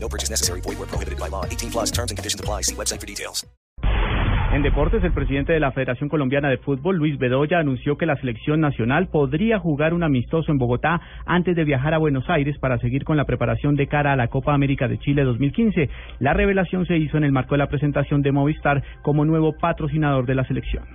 No purchase necessary. Void where prohibited by law. 18 plus terms and conditions apply. See website for details. En deportes, el presidente de la Federación Colombiana de Fútbol, Luis Bedoya, anunció que la selección nacional podría jugar un amistoso en Bogotá antes de viajar a Buenos Aires para seguir con la preparación de cara a la Copa América de Chile 2015. La revelación se hizo en el marco de la presentación de Movistar como nuevo patrocinador de la selección.